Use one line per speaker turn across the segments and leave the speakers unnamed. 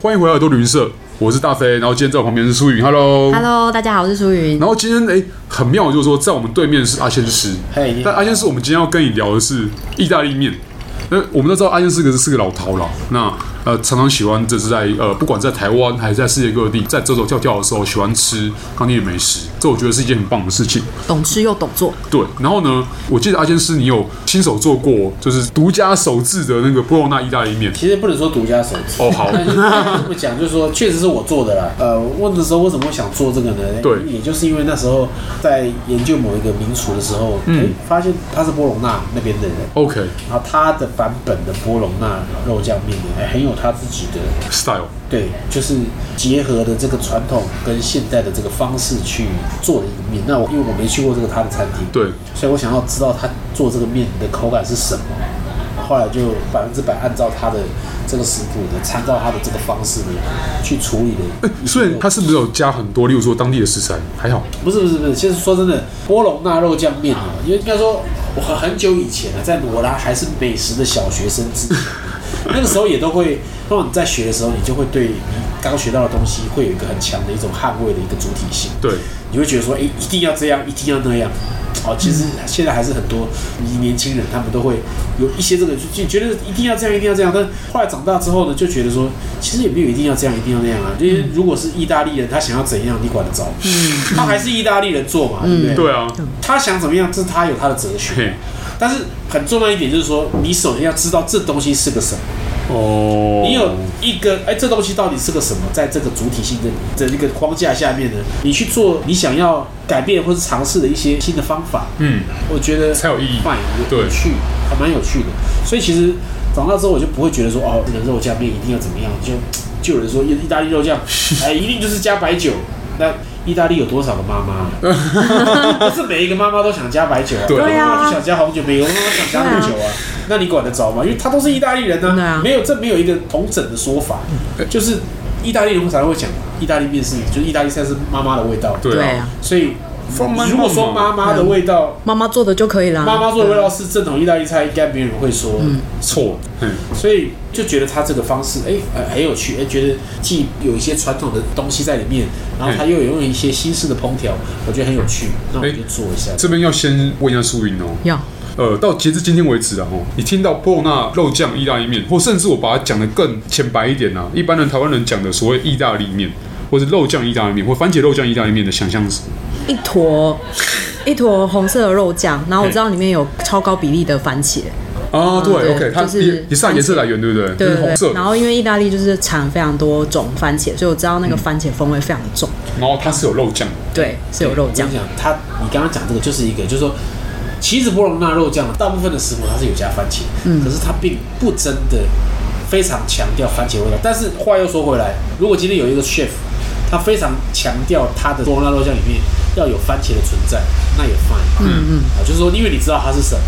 欢迎回来耳朵旅行社，我是大飞，然后今天在我旁边是苏云，Hello。
Hello，大家好，我是舒云
然。后今天哎、很妙，就是说在我们对面是阿仙师，
嘿
但阿仙师我们今天要跟你聊的是意大利面。那我们都知道阿仙师个是个老饕啦，那呃常常喜欢就是在呃不管在台湾还是在世界各地，在走走跳跳的时候喜欢吃当地的美食，这我觉得是一件很棒的事情。
懂吃又懂做，
对，然后呢，我记得阿仙师你有亲手做过就是独家手制的那个波罗那意大利面。
其实不能说独家手机。
哦，好，
这么讲，就是说，确实是我做的啦。呃，问的时候为什么会想做这个呢？
对
也就是因为那时候在研究某一个民俗的时候，
嗯
嗯，发现他是波隆纳那边的人，
OK
然后他的版本的波隆纳肉酱面呢，哎很有他自己的，
style，
对，就是结合的这个传统跟现代的这个方式去做的一个面。那我因为我没去过这个他的餐厅，
对，
所以我想要知道他做这个面的口感是什么。后来就百分之百按照他的这个食谱的，参照他的这个方式呢去处理的。
哎所以它是不是有加很多，例如说当地的食材？还好，
不是不是不是，其实说真的，波隆纳肉酱面啊，因为应该说我很很久以前啊，在罗拉还是美食的小学生之前， 那个时候也都会，通常你在学的时候，你就会对你刚学到的东西会有一个很强的一种捍卫的一个主体性。
对，
你会觉得说，哎、一定要这样，一定要那样。哦，其实现在还是很多年轻人，他们都会有一些这个，就就觉得一定要这样，一定要这样。但后来长大之后呢，就觉得说，其实也没有一定要这样，一定要那样啊。因为如果是意大利人，他想要怎样，你管得着？他还是意大利人做嘛，对不对？
对啊，
他想怎么样，这是他有他的哲学。
嘿，
但是很重要一点就是说，你首先要知道这东西是个什么。
哦，
你有一个哎、这东西到底是个什么？在这个主体性的的一个框架下面呢，你去做你想要改变或是尝试的一些新的方法，
嗯，
我觉得
才有意义
蛮有
对
有趣，还蛮有趣的。所以其实长大之后，我就不会觉得说哦，这个肉酱面一定要怎么样，就就有人说意意大 利肉酱，哎，一定就是加白酒。那意大利有多少个妈妈？ 不是每一个妈妈都想加白酒啊，
对
有的妈
对
妈
啊
就想加红酒，每个妈妈想加绿酒啊。 那你管得着吗？因为他都是意大利人呢、
对啊
没有这没有一个统整的说法，
嗯
就是意大利人才会讲意大利面是，就是意大利菜是妈妈的味道，
对啊
啊，
所以
From my
如果说
mama
妈妈的味道。
妈妈做的就可以啦。
妈妈做的味道是正统意大利菜，应该没有人会说，
错，嗯，
所以就觉得他这个方式，哎、呃很有趣，哎、觉得既有一些传统的东西在里面，然后他又有用一些新式的烹调，我觉得很有趣，那我
哎
就做一下。
这边要先问一下苏云哦，
要
呃，到截至今天为止啊，哦，你听到波罗那肉酱意大利面，或甚至我把它讲的更浅白一点啊，一般人台湾人讲的所谓意大利面，或是肉酱意大利面，或番茄肉酱意大利面的想象是什么？
一坨一坨红色的肉酱，然后我知道里面有超高比例的番茄，
啊，对
对
o k 它
就是
也也是它颜色来源，对不对？
对
就是
对
嗯红
对。
色，
然后因为意大利就是产非常多种番茄，所以我知道那个番茄风味非常重，
然后它是有肉酱的，
对，是有肉
我跟
酱
你，讲，他你刚刚讲这个就是一个，就是说，其实波隆纳肉酱大部分的食谱它是有加番茄，嗯，可是它并不真的非常强调番茄味道。但是话又说回来，如果今天有一个 chef，他非常强调他的波隆纳肉酱里面要有番茄的存在，那也 fine，嗯嗯，啊，就是说，因为你知道它是什么。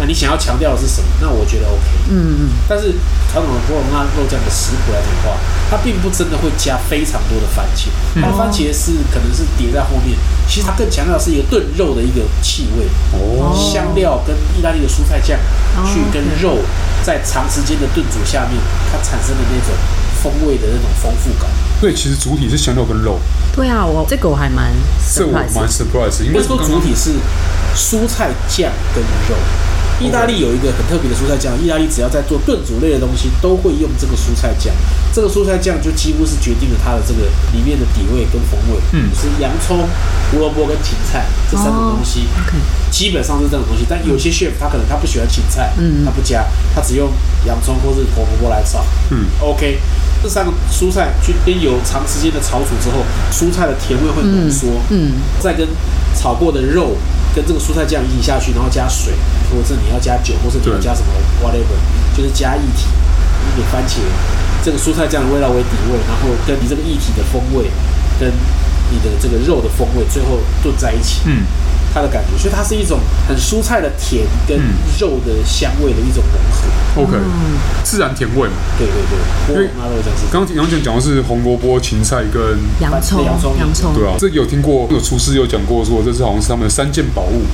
那你想要强调的是什么？那我觉得 OK。嗯嗯。但是传统的波隆纳肉酱的食谱来讲的话，它并不真的会加非常多的番茄，它的番茄是可能是叠在后面。其实它更强调的是一个炖肉的一个气味，
哦
香料跟意大利的蔬菜酱去跟肉在长时间的炖煮下面，它产生的那种风味的那种丰富感。
所以其实主体是香料跟肉，
对啊，我这个我还蛮
这我
surprise
蛮
的。
surprise，因
应
为
该说主体是蔬菜酱跟肉。意大利有一个很特别的蔬菜酱，意大利只要在做炖煮类的东西，都会用这个蔬菜酱。这个蔬菜酱就几乎是决定了它的这个里面的底味跟风味。
嗯
就是洋葱、胡萝卜跟芹菜这三种东西，
哦 OK
基本上是这种东西。但有些 chef 他可能他不喜欢芹菜，
嗯
他不加，他只用洋葱或是胡萝卜来炒。
嗯
，OK，这三个蔬菜去跟油长时间的炒煮之后，蔬菜的甜味会浓缩。
嗯，
再跟炒过的肉跟这个蔬菜酱一起下去，然后加水，或者是你要加酒，或是你要加什么 whatever，就是加液体，一点番茄，这个蔬菜酱的味道为底味，然后跟你这个液体的风味跟你的这个肉的风味最后炖在一起，
嗯，
它的感觉，所以它是一种很蔬菜的甜跟
嗯
肉的香味的一种融合。
OK，自
嗯
然甜味嘛。
对对对，
因
我
为
妈肉酱是这样
刚刚杨姐讲的是红萝卜、芹菜跟
洋葱，
洋葱
洋葱，
对啊，这有听过有厨师有讲过说，这是好像是他们的三件宝物，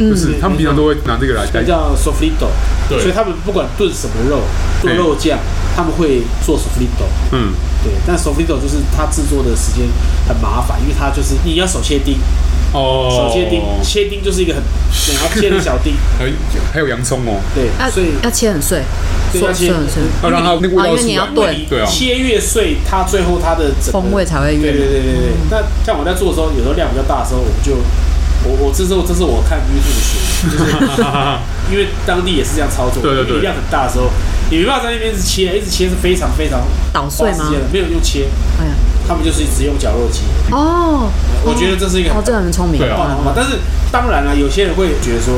嗯
就是他们平常都会拿这个来
它
代
叫 sofrito，
对
所以他们不管炖什么肉，做
对
肉酱，他们会做 sofrito，
嗯，
对，但 sofrito 就是它制作的时间很麻烦，因为它就是你要手切丁，
哦，
手切丁，切丁就是一个 很，对然后切的小丁，
还有还有洋葱哦，
对，
要
所以
要切很碎，
对
碎
要切
碎很碎，
要让它那个味
啊因
道
为
出
你要
来，
炖
对啊，
切越碎，它最后它的整个
风味才嗯会
对
越
对对对对。那像我在做的时候，有时候量比较大的时候，我们就我我这时候这是我看 YouTube 学的，就是 因为当地也是这样操作，
对对对
因为量很大的时候，你没办法在那边一直切，一直切是非常非常
捣
花
碎
时
吗？
间的，没有用切，
哎呀，
他们就是只用绞肉机。
哦，
我觉得这是一个
哦，
很
这个很聪明，
对啊
棒的方
嗯
法，但是当然了、有些人会觉得说，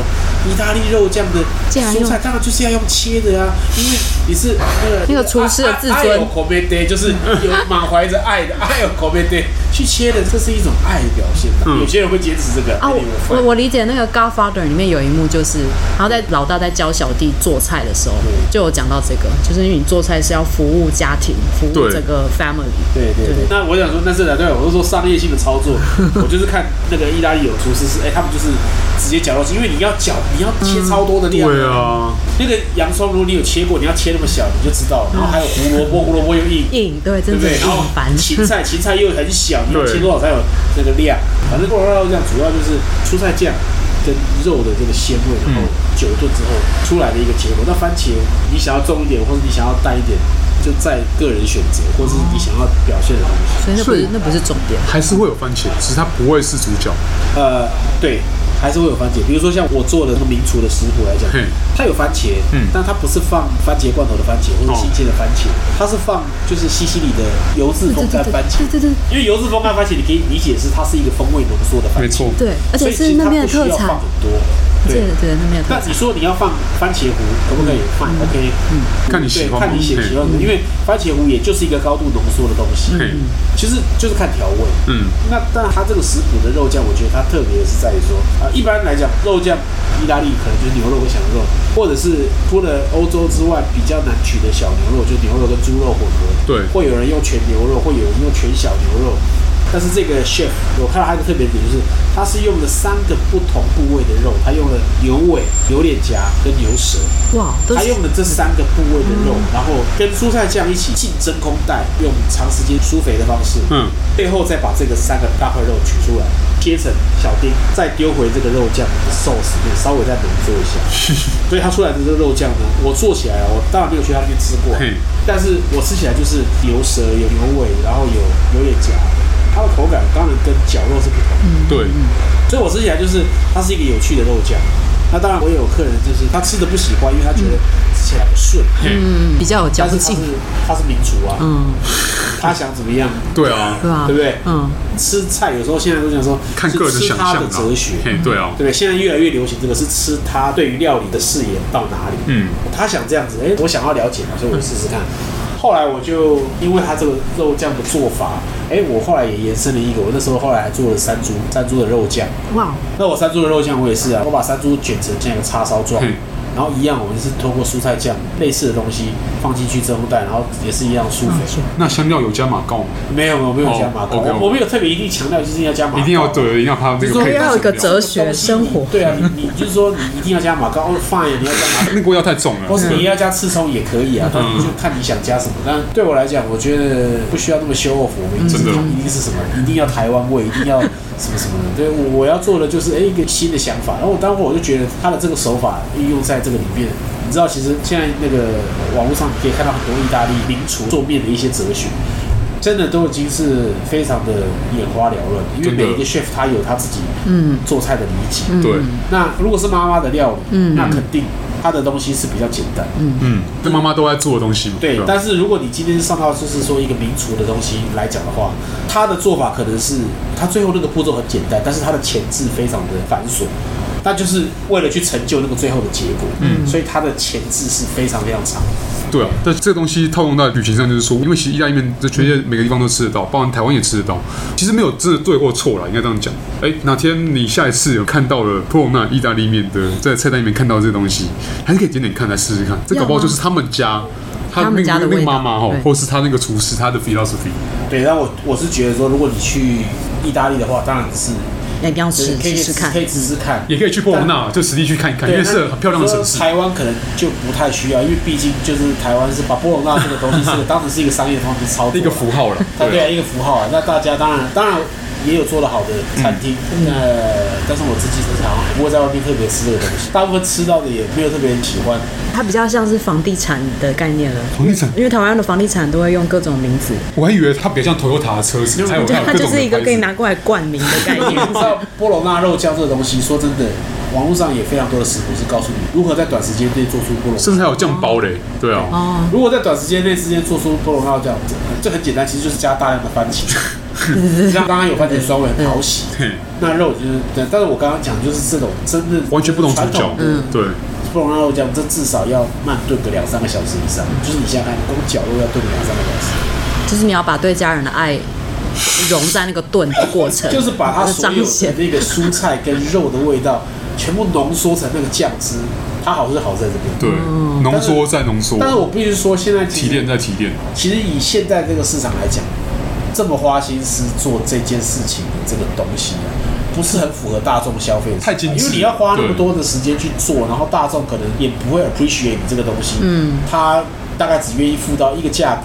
意大利肉酱的
竟然用
蔬菜当然就是要用切的啊，因为你是 那个
那个厨师的自尊
爱有口碑对，就是有满怀着爱的 爱有口碑对去切的，这是一种爱的表现吧。
嗯
有些人会坚持这个
啊，我
anyway，
我
fine
我理解那个《Godfather》里面有一幕就是，然后在老大在教小弟做菜的时候，
嗯
就有讲到这个，就是因为你做菜是要服务家庭，服务
对
整个 family。
对对对，那我想说，那是的，对我是说商业性的操 作，我就是看那个意大利有厨师是，哎、他们就是直接绞肉机，因为你要绞，你要切超多的量、
对啊，
那个洋葱，如果你有切过，你要切那么小，你就知道了。然后还有胡萝卜，胡萝卜又硬，
硬对，
对
真
不
的
对？
很
然后
硬烦。
芹菜，芹菜又很小，你要
对
切多少才有那个量？反正过来肉酱主要就是蔬菜酱跟肉的这个鲜味，然后久炖之后出来的一个结果。那番茄你想要重一点，或者你想要淡一点，就在个人选
哦
择，或者是你想要表现的东西。
所以那不
所以
是那不是重点。
还是会有番茄，只是它不会是主角，
呃，对，还是会有番茄。比如说像我做的那个名厨的食谱来讲，
嘿，
它有番茄，
嗯
但它不是放番茄罐头的番茄或者
哦
新鲜的番茄，它是放就是西西里的油渍风干番茄
对。对对
因为油渍风干番茄，你可以理解是它是一个风味浓缩的番
没
茄，
错，
对，而且
所以其
是
实它
那
不
边的
需要
特
放
产
很，多。
对
对，
对，那边的特
那
产
你说你要放番茄糊，可不可以
嗯
放？OK，
看你喜
对，
欢
看你喜不喜欢，因为番茄糊也就是一个高度浓缩的东西，
嗯
嘿，
其实就是看调味。
嗯，
那但它这个食谱的肉酱，我觉得它特别是在于说，啊，一般来讲，肉酱意大利可能就是牛肉跟小牛肉，或者是除了欧洲之外比较难取的小牛肉，就牛肉跟猪肉混合。
对
会有人用全牛肉，会有人用全小牛肉。但是这个 chef 我看到他一个特别的点，就是他是用了三个不同部位的肉，他用了牛尾、牛脸颊跟牛舌，
哇，都
他
是
用了这三个部位的肉，然后跟蔬菜酱一起进真空袋，用长时间疏肥的方式，
嗯，
背后再把这个三个大块肉取出来，切成小丁，再丢回这个肉酱的 sauce 里面，稍微再浓缩一下。
嗯
所以它出来的这个肉酱呢，我做起来啊，我当然没有去他那边吃过
嘿，
但是我吃起来就是有舌、有牛尾，然后有有点夹，它的口感当然跟绞肉是不同的。
嗯
对，
所以我吃起来就是它是一个有趣的肉酱。那当然，我也有客人就是他吃的不喜欢，因为他觉得吃起来不顺，
嘿，
嗯比较有嚼
但是他
劲
是，他是民族啊，
嗯，
他想怎么样，
对啊，
对吧？
对不对？
嗯，
吃菜有时候现在都想说，
看个人
是
的
吃
想
他的
象
哲
啦
学，，对
嘿，对啊
不，对？现在越来越流行这个是吃他对于料理的视野到哪里。
嗯，
他想这样子，哎、我想要了解嘛，所以我试试看。后来我就因为他这个肉酱的做法，哎、我后来也延伸了一个，我那时候后来还做了山猪山猪的肉酱。
哇，
那我山猪的肉酱我也是啊，我把山猪卷成这样一个叉烧状
嗯，
然后一样，我们是通过蔬菜酱类似的东西放进去真空袋，然后也是一样疏
嗯
肥。
那香料有加马告吗？
没有没有没有加马
哦
告，
，OK，OK
我我没有特别一定强调就是要加马告，
一定要对，一定要它那
就
个
是说
配
要
料
有一
香
个
料
哲学生活
对啊，你你就是说你一定要加马告，哦，fine，你要加马告。
啊那个味道太重
或是你
了，
要加刺葱也可以啊，但
嗯
你就看你想加什么。但对我来讲，我觉得不需要那么 show off，我们一定
真的
一定是什么，一定要台湾味，一定要什么什么的。对，我我要做的就是哎、一个新的想法。然后我待会我就觉得他的这个手法运用在这个里面，你知道，其实现在那个网络上可以看到很多意大利名厨做面的一些哲学。真的都已经是非常的眼花缭乱，因为
真的
每一个 chef 他有他自己
嗯
做菜的理解。
对，
那如果是妈妈的料理，
嗯
那肯定他的东西是比较简单，
嗯，那妈妈都在做的东西嘛，
对
啊，
但是如果你今天上到就是说一个民厨的东西来讲的话，它的做法可能是它最后那个步骤很简单，但是它的前置非常的繁琐，那就是为了去成就那个最后的结果。嗯，所以它的前置是非常非常长。
对啊，但这个东西套用到旅行上，就是说，因为其实意大利面这全世界每个地方都吃得到，包含台湾也吃得到。其实没有真的对或错啦，应该这样讲。哎，哪天你下一次有看到了普罗纳意大利面的在菜单里面看到这个东西，还是可以点点看来试试看。这搞不好就是他们家，他
他
那
们家
个
的
那
味
个
道
妈妈哦
对，
或是他那个厨师他的 philosophy。
对，但我我是觉得说，如果你去意大利的话，当然是
一定要吃
可以
吃吃看
可。以吃吃看。
也可以去波罗那，就实地去看一看，因为是很漂亮的城市
说。台湾可能就不太需要，因为毕竟就是台湾是把波隆纳这个东西是当成是一个商业方面操作
一个符号了，
它对
对
啊，一个符号啊。那大家当然当然也有做的好的餐厅，
嗯
那、但是我自己是好像不会在外面特别吃这个东西，大部分吃到的也没有特别喜欢。
它比较像是房地产的概念了，
房地产，
因为台湾的房地产都会用各种 名字，
我还以为它比较像 Toyota 的车子，还有
就
还有
它
各
就
种
是一个
的
可以
牌子。
拿过来冠名的概
你
念。
知道波隆纳肉酱这个东西，说真的，网络上也非常多的食谱是告诉你如何在短时间内做出波隆纳。
甚至还有酱包嘞，对啊，
哦，
如果在短时间内之间做出波隆纳酱，这这很简单，其实就是加大量的番茄。 像刚刚有番茄酸味很讨喜，
嘿，
那肉就是，对但是我刚刚讲就是这种真的
完全不同主
传
角
统，
嗯
对，
不能让肉酱，这至少要慢炖个两三个小时以上。就是你想想看，光绞肉要炖个两三个小时，
就是你要把对家人的爱融在那个炖的过程，
就是把它所
彰
有的
显。
那个蔬菜跟肉的味道全部浓缩成那个酱汁，它好是好在这边。
对，
哦
浓缩再浓缩，
但是我必须说，现在其
提
实
炼再提炼，
其实以现在这个市场来讲，这么花心思做这件事情的这个东西啊，不是很符合大众消费者，
太精致
因为你要花那么多的时间去做，然后大众可能也不会 appreciate 你这个东西，嗯，他大概只愿意付到一个价格。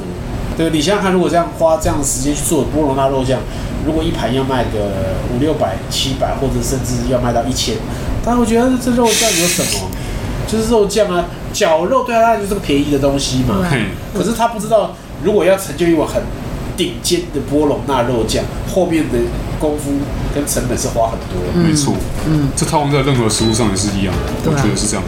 对，你想想看，如果这样花这样的时间去做波罗纳肉酱，如果一盘要卖个五六百、七百，或者甚至要卖到一千，大家会觉得这肉酱有什么？就是肉酱啊，绞肉对他来说就是个便宜的东西嘛。
对
嘿，
可是他不知道，如果要成就一碗很顶尖的波隆纳肉酱，后面的功夫跟成本是花很多的。
没错，嗯，这套用在任何食物上也是一样的，
嗯对啊
我觉得是这样。